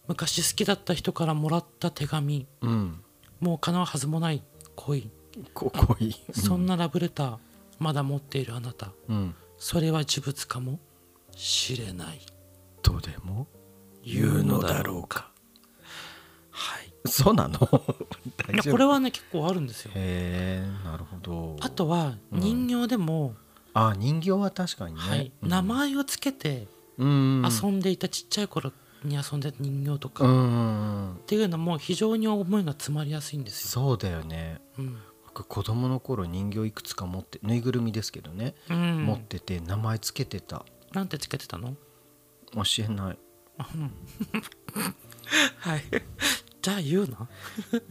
S1: 昔好きだった人からもらった手紙
S2: うん
S1: もう叶うはずもない恋
S2: ここいい
S1: そんなラブレターまだ持っているあなた
S2: うん
S1: それは呪物かもしれない
S2: とでも
S1: うかはい
S2: そうなの大
S1: いや
S2: 丈夫
S1: これはね結構あるんですよ
S2: へえなるほど
S1: あとは人形でも、
S2: あ人形は確かにね、
S1: はい、
S2: うん
S1: 名前をつけて
S2: うん
S1: 遊んでいたちっちゃい頃に遊んでた人形とか、
S2: う
S1: っ
S2: ん
S1: ていうのも非常に思いが詰まりやすいんですよ。
S2: そうだよね
S1: うん
S2: 僕子供の頃人形いくつか持ってぬいぐるみですけどね、
S1: うん
S2: 持ってて名前つけてた
S1: なんてつけてた
S2: [LAUGHS]
S1: の
S2: 教えない
S1: あうんはい [LAUGHS] じゃあ言うな
S2: うん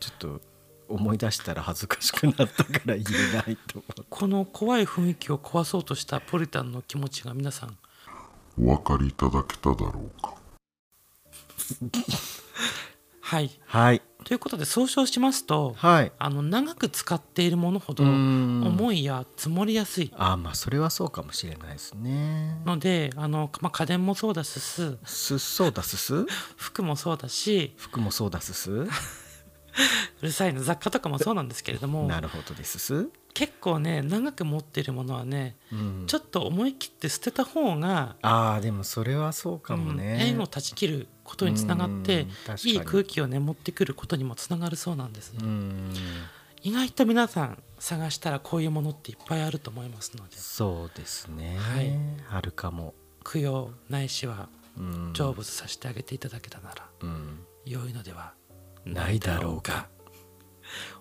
S2: ちょっと思い出したら恥ずかしくなったから言えないと思
S1: この怖い雰囲気を壊そうとしたポリタンの気持ちが皆さん
S3: お分かりいただけただろうか
S1: [LAUGHS] はいう
S2: はい
S1: ということで総称しますと、
S2: はい
S1: あの長く使っているものほど
S2: うん
S1: 思いや積もりやすい
S2: あーまあそれはそうかもしれないですね
S1: のであの、まあ、家電もそうだしす
S2: すそうだすす
S1: 服もそうだし
S2: 服もそうだすす
S1: うるさいの雑貨とかもそうなんですけれども
S2: なるほどですす、
S1: 結構ね長く持っているものはね
S2: うん、
S1: ちょっと思い切って捨てた方が、
S2: ああでもそれはそうかも
S1: うん
S2: ね、
S1: 縁を断ち切ることにつながって
S2: うん確かに
S1: いい空気をね持ってくることにもつながるそうなんです、ね
S2: うん
S1: 意外と皆さん探したらこういうものっていっぱいあると思いますので
S2: そうですね、
S1: はい
S2: あるかも、
S1: 供養ないしは
S2: うん
S1: 成仏させてあげていただけたなら
S2: うん
S1: 良いのでは
S2: ないだろうか。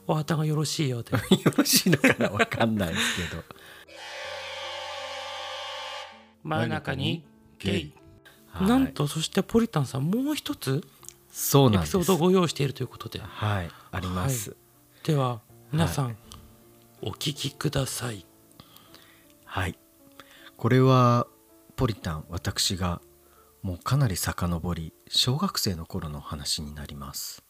S1: お旗がよろしいようで
S2: よろしいのか [LAUGHS] なわかんないですけど。
S1: [LAUGHS] 真夜中にゲイ
S2: はい
S1: なんとそしてポリタンさんもう一つ
S2: そう
S1: エ
S2: なん
S1: ピ
S2: です
S1: ソー。ドをご用意しているということで
S2: はい、あります。
S1: では皆さん、お聞きください
S2: はい。これはポリタン私がもうかなり遡り小学生の頃の話になります。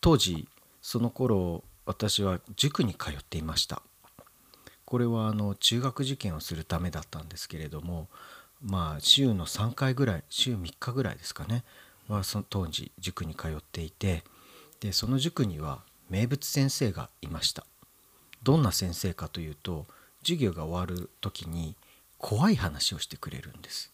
S2: 当時その頃私は塾に通っていました。これはあの中学受験をするためだったんですけれどもまあ週の3回ぐらい週3日ぐらいですかねはその当時塾に通っていてでその塾には名物先生がいましたどんな先生かというと授業が終わる時に怖い話をしてくれるんです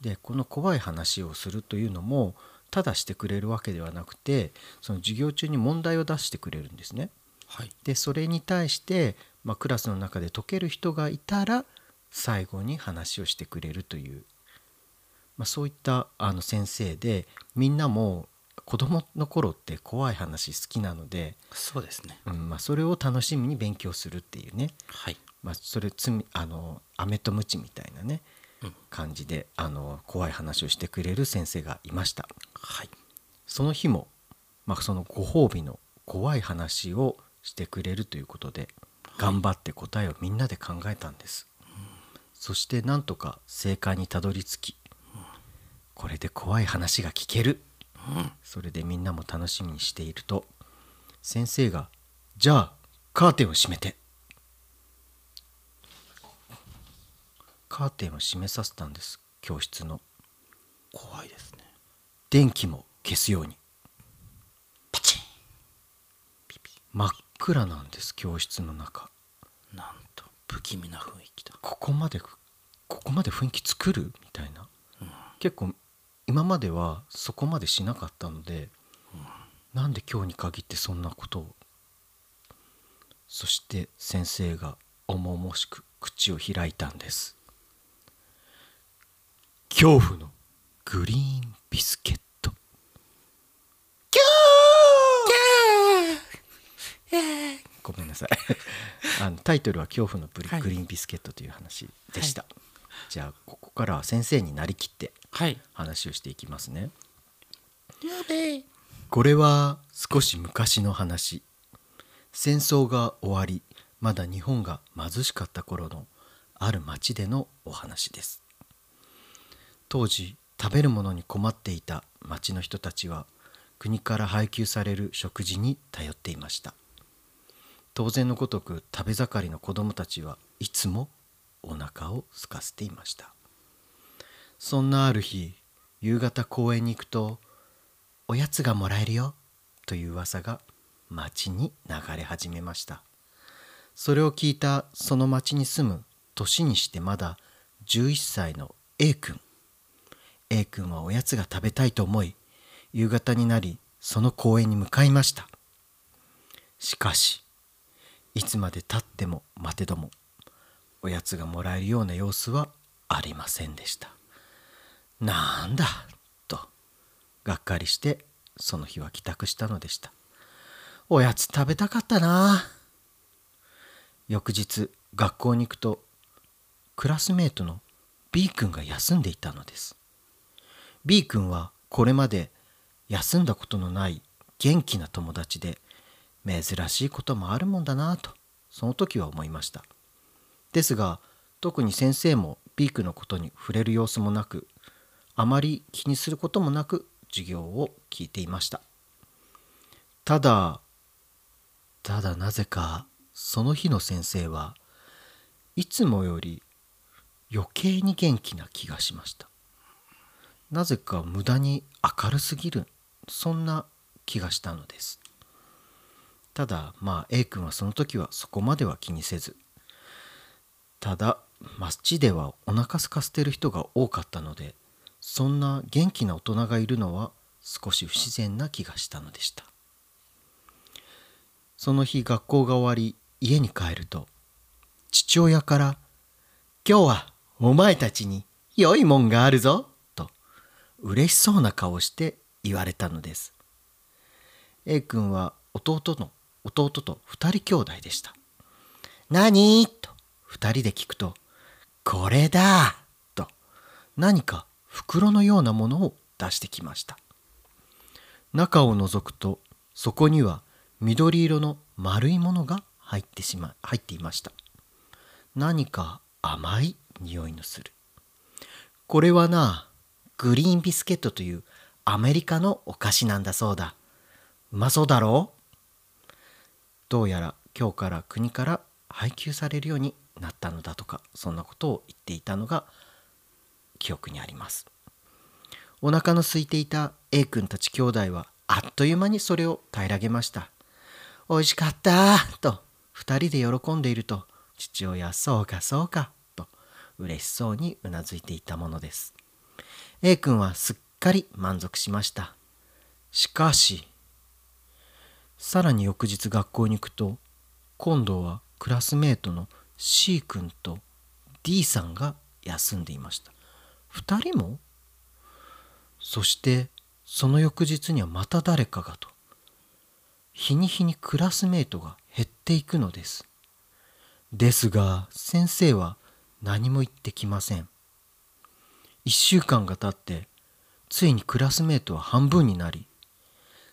S2: でこの怖い話をするというのもただしてくれるわけではなくてその授業中に問題を出してくれるんですね
S1: はい
S2: でそれに対して、まあ、クラスの中で解ける人がいたら最後に話をしてくれるという、まあ、そういったあの先生でみんなも子供の頃って怖い話好きなので、
S1: そうですね
S2: うんまあ、それを楽しみに勉強するっていうね、
S1: はい
S2: まあ、それつみあの飴とムチみたいなね
S1: うん
S2: 感じであの怖い話をしてくれる先生がいました。
S1: はい
S2: その日も、まあ、そのご褒美の怖い話をしてくれるということで頑張って答えをみんなで考えたんです、そしてなんとか正解にたどり着き、これで怖い話が聞ける、それでみんなも楽しみにしていると先生が「じゃあカーテンを閉めて」カーテンを閉めさせたんです教室の
S1: 怖いですね
S2: 電気も消すように
S1: パチ
S2: 真っ暗なんです教室の中
S1: ンなんと不気味な雰囲気だ
S2: ここまでここまで雰囲気作るみたいな、結構今まではそこまでしなかったので、なんで今日に限ってそんなことをそして先生が重々しく口を開いたんです恐怖のグリーンビスケットごめんなさい [LAUGHS] あのタイトルは「恐怖のブリ
S1: はい
S2: グリーンビスケット」という話でした、じゃあここからは先生になりきって
S1: はい
S2: 話をしていきますね
S1: やべえ
S2: これは少し昔の話戦争が終わりまだ日本が貧しかった頃のある町でのお話です当時食べるものに困っていた町の人たちは国から配給される食事に頼っていました当然のごとく食べ盛りの子供たちはいつもお腹を空かせていましたそんなある日夕方公園に行くとおやつがもらえるよという噂が町に流れ始めましたそれを聞いたその町に住む年にしてまだ11歳の A 君 A 君はおやつが食べたいと思い夕方になりその公園に向かいましたしかしいつまでたっても待てどもおやつがもらえるような様子はありませんでしたなんだとがっかりしてその日は帰宅したのでしたおやつ食べたかったな翌日学校に行くとクラスメートの B 君が休んでいたのです B 君はこれまで休んだことのない元気な友達で珍しいこともあるもんだなとその時は思いましたですが特に先生も B 君のことに触れる様子もなくあまり気にすることもなく授業を聞いていましたただただなぜかその日の先生はいつもより余計に元気な気がしましたなぜか無駄に明るすぎるそんな気がしたのですただまあ A 君はその時はそこまでは気にせずただ街ではお腹空かせてる人が多かったのでそんな元気な大人がいるのは少し不自然な気がしたのでしたその日学校が終わり家に帰ると父親から「今日はお前たちに良いもんがあるぞ」と嬉しそうな顔をして言われたのです A 君は弟の弟と2人兄弟でした何と2人で聞くとこれだと何か袋のようなものを出してきました中を覗くとそこには緑色の丸いものが入ってしま入っていました何か甘い匂いのするこれはなグリーンビスケットというアメリカのお菓子なんだそうだうまそうだろうどうやら今日から国から配給されるようになったのだとかそんなことを言っていたのが記憶にありますお腹の空いていた A 君たち兄弟はあっという間にそれを平らげました美味しかったと2人で喜んでいると父親そうかそうかと嬉しそうにうなずいていたものです A 君はすっかり満足しましたしかしさらに翌日学校に行くと今度はクラスメートの C 君と D さんが休んでいました2人もそしてその翌日にはまた誰かがと日に日にクラスメートが減っていくのですですが先生は何も言ってきません1週間が経ってついにクラスメートは半分になり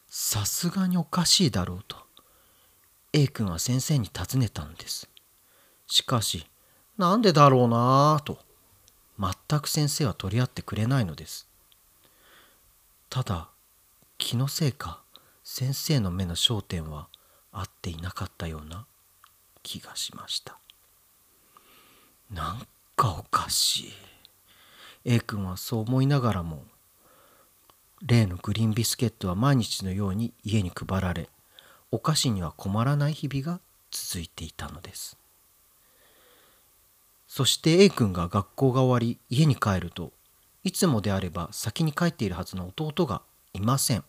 S2: さすがにおかしいだろうと A 君は先生に尋ねたのですしかしなんでだろうなぁと全く先生は取り合ってくれないのですただ気のせいか先生の目の焦点は合っていなかったような気がしましたなんかおかしい A 君はそう思いながらも例のグリーンビスケットは毎日のように家に配られお菓子には困らない日々が続いていたのですそして A 君が学校が終わり家に帰るといつもであれば先に帰っているはずの弟がいません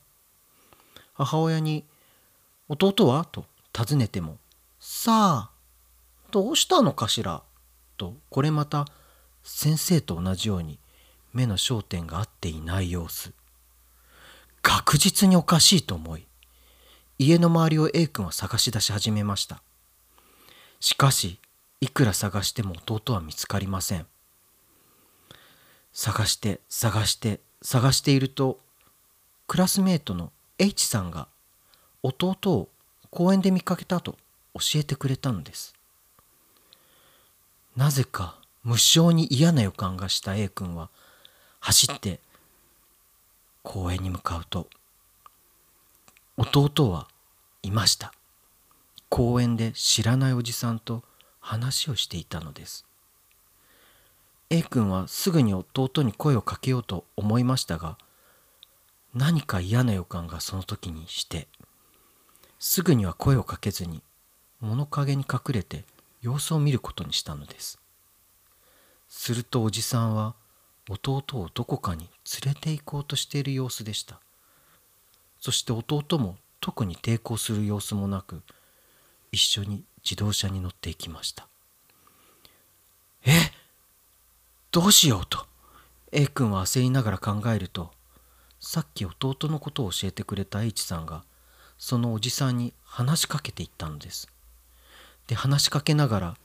S2: 母親に「弟は?」と尋ねても「さあどうしたのかしら?」とこれまた先生と同じように目の焦点が合っていない様子確実におかしいと思い家の周りを A 君は探し出し始めましたしかしいくら探しても弟は見つかりません探して探して探しているとクラスメートの H さんが弟を公園で見かけたと教えてくれたのですなぜか無性に嫌な予感がした A 君は走って公園に向かうと弟はいました公園で知らないおじさんと話をしていたのです A 君はすぐに弟に声をかけようと思いましたが何か嫌な予感がその時にしてすぐには声をかけずに物陰に隠れて様子を見ることにしたのですするとおじさんは弟をどこかに連れて行こうとしている様子でしたそして弟も特に抵抗する様子もなく一緒に自動車に乗っていきましたえどうしようと A 君は焦りながら考えるとさっき弟のことを教えてくれた H さんがそのおじさんに話しかけていったのですで話しかけながら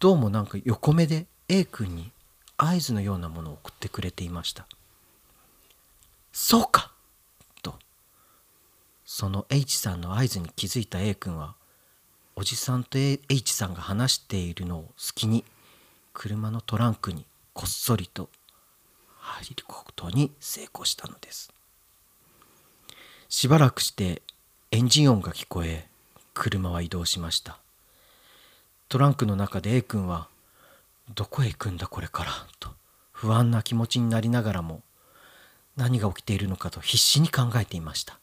S2: どうもなんか横目で A 君に合図のようなものを送ってくれていましたそうかとその H さんの合図に気づいた A 君はおじさんと A- H さんが話しているのを隙に車のトランクにこっそりと入ることに成功したのですしばらくしてエンジン音が聞こえ車は移動しましたトランクの中で A 君は「どこへ行くんだこれから」と不安な気持ちになりながらも何が起きているのかと必死に考えていました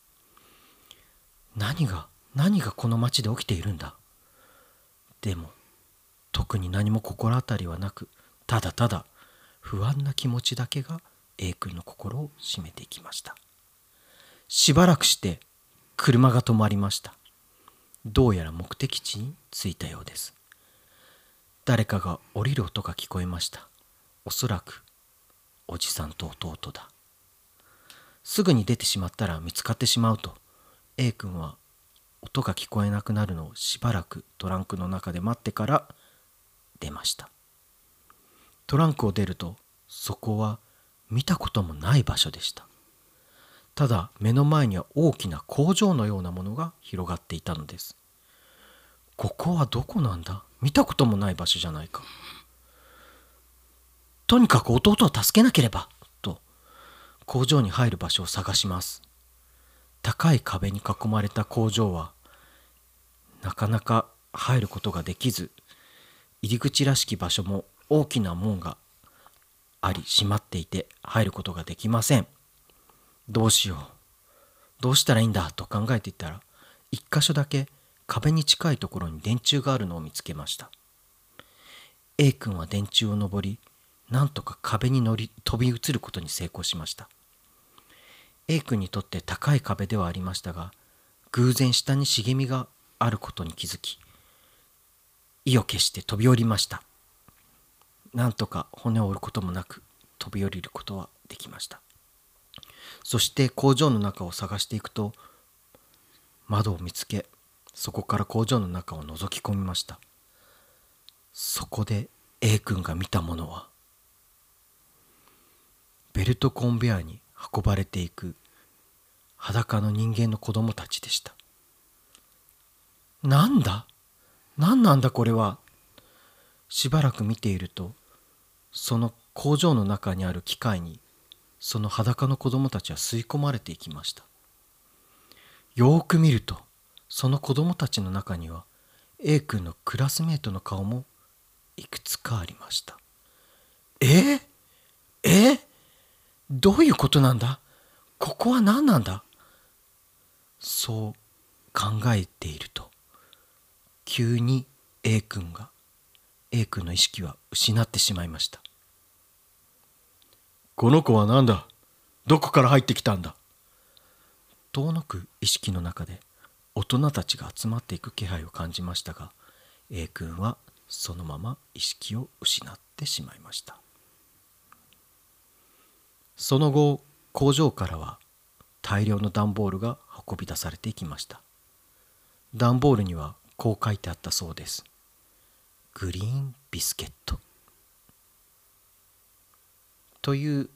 S2: 何が何がこの町で起きているんだでも特に何も心当たりはなくただただ不安な気持ちだけが A 君の心を占めていきましたしばらくして車が止まりましたどうやら目的地に着いたようです誰かが降りる音が聞こえましたおそらくおじさんと弟だすぐに出てしまったら見つかってしまうと A 君は音が聞こえなくなるのをしばらくトランクの中で待ってから出ましたトランクを出るとそこは見たこともない場所でしたただ目の前には大きな工場のようなものが広がっていたのですここはどこなんだ見たこともない場所じゃないかとにかく弟を助けなければと工場に入る場所を探します高い壁に囲まれた工場はなかなか入ることができず入り口らしき場所も大きな門があり閉まっていて入ることができませんどうしようどうしたらいいんだと考えていたら一箇所だけ壁に近いところに電柱があるのを見つけました A 君は電柱を登りなんとか壁に乗り飛び移ることに成功しました A 君にとって高い壁ではありましたが偶然下に茂みがあることに気づき意を決して飛び降りましたなんとか骨を折ることもなく飛び降りることはできましたそして工場の中を探していくと窓を見つけそこから工場の中を覗き込みましたそこで A 君が見たものはベルトコンベアに運ばれていく裸の人間の子供たちでしたなんだ何なんだこれはしばらく見ているとその工場の中にある機械にその裸の子供たちは吸い込まれていきましたよーく見るとその子供たちの中には A 君のクラスメートの顔もいくつかありましたえー、えーどういうことなんだここは何なんだそう考えていると急に A 君が A 君の意識は失ってしまいましたこの子は何だどこから入ってきたんだ遠のく意識の中で大人たちが集まっていく気配を感じましたが A 君はそのまま意識を失ってしまいましたその後工場からは大量の段ボールが運び出されていきました段ボールにはこう書いてあったそうですグリーンビスケットという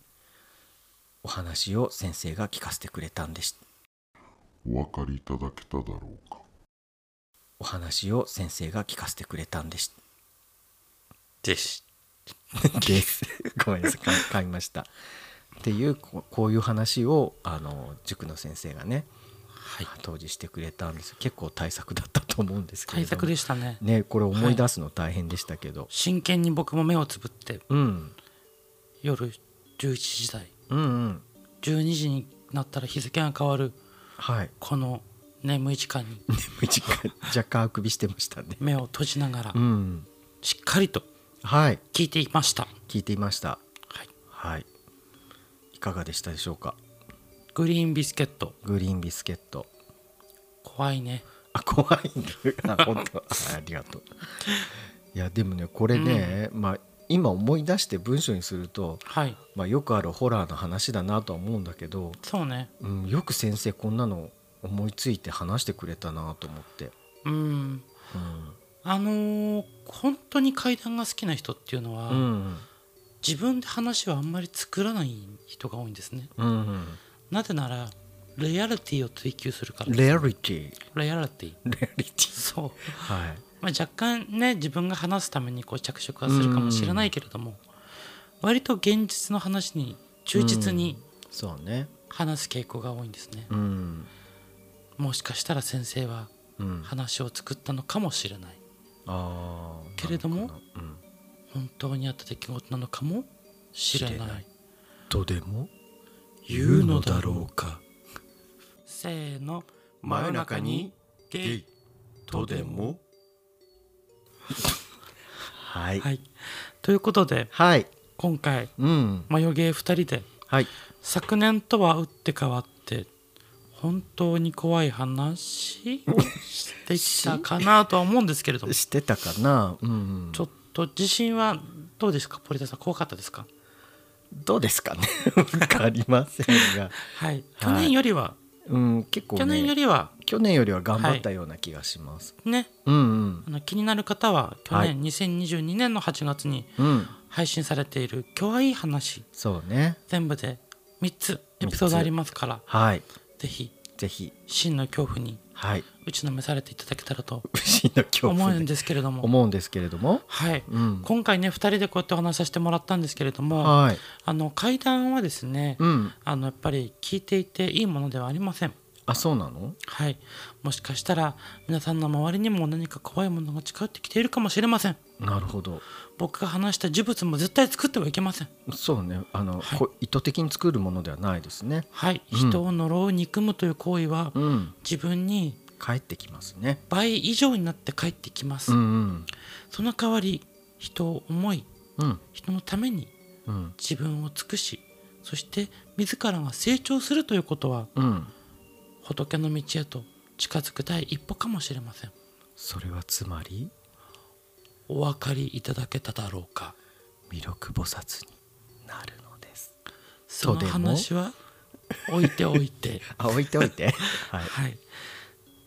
S2: お話を先生が聞かせてくれたんです
S3: お分かりいただけただろうか
S2: お話を先生が聞かせてくれた
S1: [LAUGHS]
S2: んです
S4: でし
S2: です。ごめんなさい、か買いました。っていうこうこういう話をあの塾の先生がね、
S1: はい
S2: 当時してくれたんです結構対策だったと思うんですけれ
S1: 対
S2: ども
S1: 策でしたね
S2: ねこれ思い出すの大変でしたけど、
S1: 真剣に僕も目をつぶって
S2: うん
S1: 夜11時台
S2: うんうん
S1: 12時になったら日付が変わる
S2: はい [LAUGHS]
S1: この眠い時間に
S2: 眠い時間若干あくびしてましたね
S1: 目を閉じながら
S2: うん
S1: しっかりと
S2: はい
S1: 聞いていました、
S2: 聞いていました
S1: はい、
S2: はいいかがでしたでしょうか
S1: グリーンビスケット
S2: グリーンビスケット
S1: 怖いね
S2: あ怖い
S1: [LAUGHS]
S2: んだあ本当あありがとういやでもねこれね、まあ今思い出して文章にすると、
S1: はい
S2: まあ、よくあるホラーの話だなとは思うんだけど、
S1: そうね
S2: うん、よく先生こんなの思いついて話してくれたなと思って、
S1: うんあのー本当に怪談が好きな人っていうのは、
S2: うん、うん
S1: 自分で話はあんまり作らない人が多いんですね
S2: うんうん
S1: なぜならレアリティを追求するから
S2: レアリティ
S1: レアリティ
S2: レアリティ
S1: そう、
S2: はい
S1: まあ、若干ね自分が話すためにこう着色はするかもしれないけれども、割と現実の話に忠実に
S2: そうね
S1: 話す傾向が多いんですね、
S2: うん
S1: もしかしたら先生は
S2: うん
S1: 話を作ったのかもしれない
S2: あー
S1: けれども
S2: なのかなうん、
S1: 本当にあった出来事なのかもしれない
S2: 知れないとでも
S1: 言うのだろ
S2: うか
S1: せーの
S4: 真夜中に
S1: ゲイ
S4: とでも
S2: [LAUGHS] はい
S1: はいということで
S2: はい、
S1: 今回
S2: うん
S1: マヨゲー2人で
S2: はい
S1: 昨年とは打って変わって本当に怖い話してきたかなとは思うんですけれどもち
S2: してたかな、うんうん、
S1: ょっと自信はどうですかポリタさん怖かったですか
S2: どうです [LAUGHS] かねわかりませんが、
S1: はい、去年よりは、
S2: うん、結構、ね、
S1: 去年よりは
S2: 去年よりは頑張ったような気がします、
S1: ね
S2: うん
S1: あの気になる方は去
S2: はい
S1: 年2022年の8月に
S2: うんうん
S1: 配信されている「今日はいい話
S2: そうね」
S1: 全部で3つエピソードありますから
S2: はい
S1: ぜひ
S2: ぜひ
S1: 真の恐怖に
S2: [LAUGHS] はい
S1: 打ちのめされていただけたらと
S2: 不審な恐
S1: 思
S2: 怖
S1: うん
S2: で
S1: ですけれども、
S2: 思うんですけれども
S1: はい
S2: うん
S1: 今回ね2人でこうやってお話しさせてもらったんですけれども
S2: はい
S1: あの階段はですね
S2: うん
S1: あのやっぱり聞いていていいものではありません。
S2: あそうなの
S1: はい、もしかしたら皆さんの周りにも何か怖いものが近寄ってきているかもしれません
S2: なるほど
S1: 僕が話した呪物も絶対作ってはいけません
S2: そうねあの、
S1: はい
S2: こ意図的に作るものではないですね
S1: はい、
S2: うん
S1: 人を呪う憎むという行為は
S2: うん
S1: 自分に
S2: 帰ってきますね
S1: 倍以上になって帰ってきます、
S2: うんうん
S1: その代わり人を思い
S2: うん
S1: 人のために
S2: うん
S1: 自分を尽くしそして自らが成長するということは
S2: うん
S1: 仏の道へと近づく第一歩かもしれません
S2: それはつまり
S1: お分かりいただけただろうか
S2: 弥勒菩薩になるのです
S1: その
S2: とでも
S1: 話は置いておいて
S2: あ置いておいて [LAUGHS] はい
S1: [LAUGHS] はい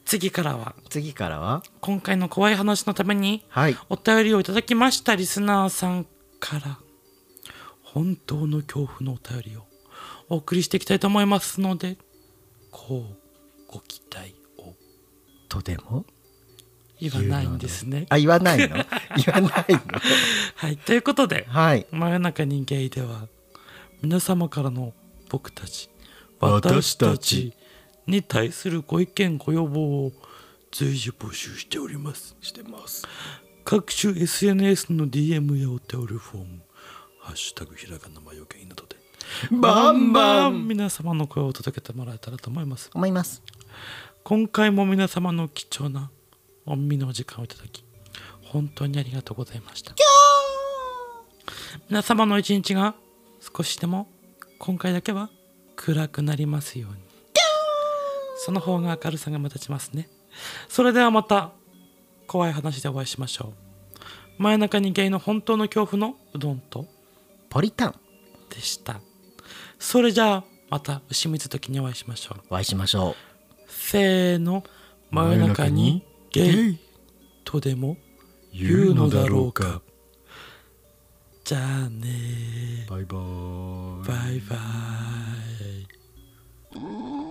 S1: 次からは
S2: 次からは
S1: 今回の怖い話のために
S2: はい
S1: お便りをいただきましたリスナーさんから本当の恐怖のお便りをお送りしていきたいと思いますのでこうご期待を
S2: とでも
S1: 言わないんですね。
S2: あ言わない [LAUGHS] の言わないの
S1: はい、ということで
S2: はい
S1: 「真夜中にゲイ」では皆様からの僕たち私
S2: 私
S1: た
S2: た
S1: ち
S2: ち
S1: に対するご意見ご要望を随時募集しております
S2: してます
S1: 各種 SNS の DM やお便りフォーム「ハッシュタグひらがな魔よけい」などで
S2: バンバン
S1: 皆様の声を届けてもらえたらと思います
S2: 思います
S1: 今回も皆様の貴重なお耳のお時間をいただき本当にありがとうございました皆様の一日が少しでも今回だけは暗くなりますようにその方が明るさが目立ちますねそれではまた怖い話でお会いしましょう真夜中にゲイの本当の恐怖のうどんと
S2: ポリタン
S1: でしたそれじゃあまた牛水時にお会いしましょう
S2: お会いしましょう
S1: せーの真夜中にゲイとでも言
S2: 言
S1: うの
S2: うの
S1: だ
S2: だ
S1: ろ
S2: ろ
S1: う
S2: う
S1: か
S2: か
S1: じゃあね
S2: バイバーイ
S1: バイバイ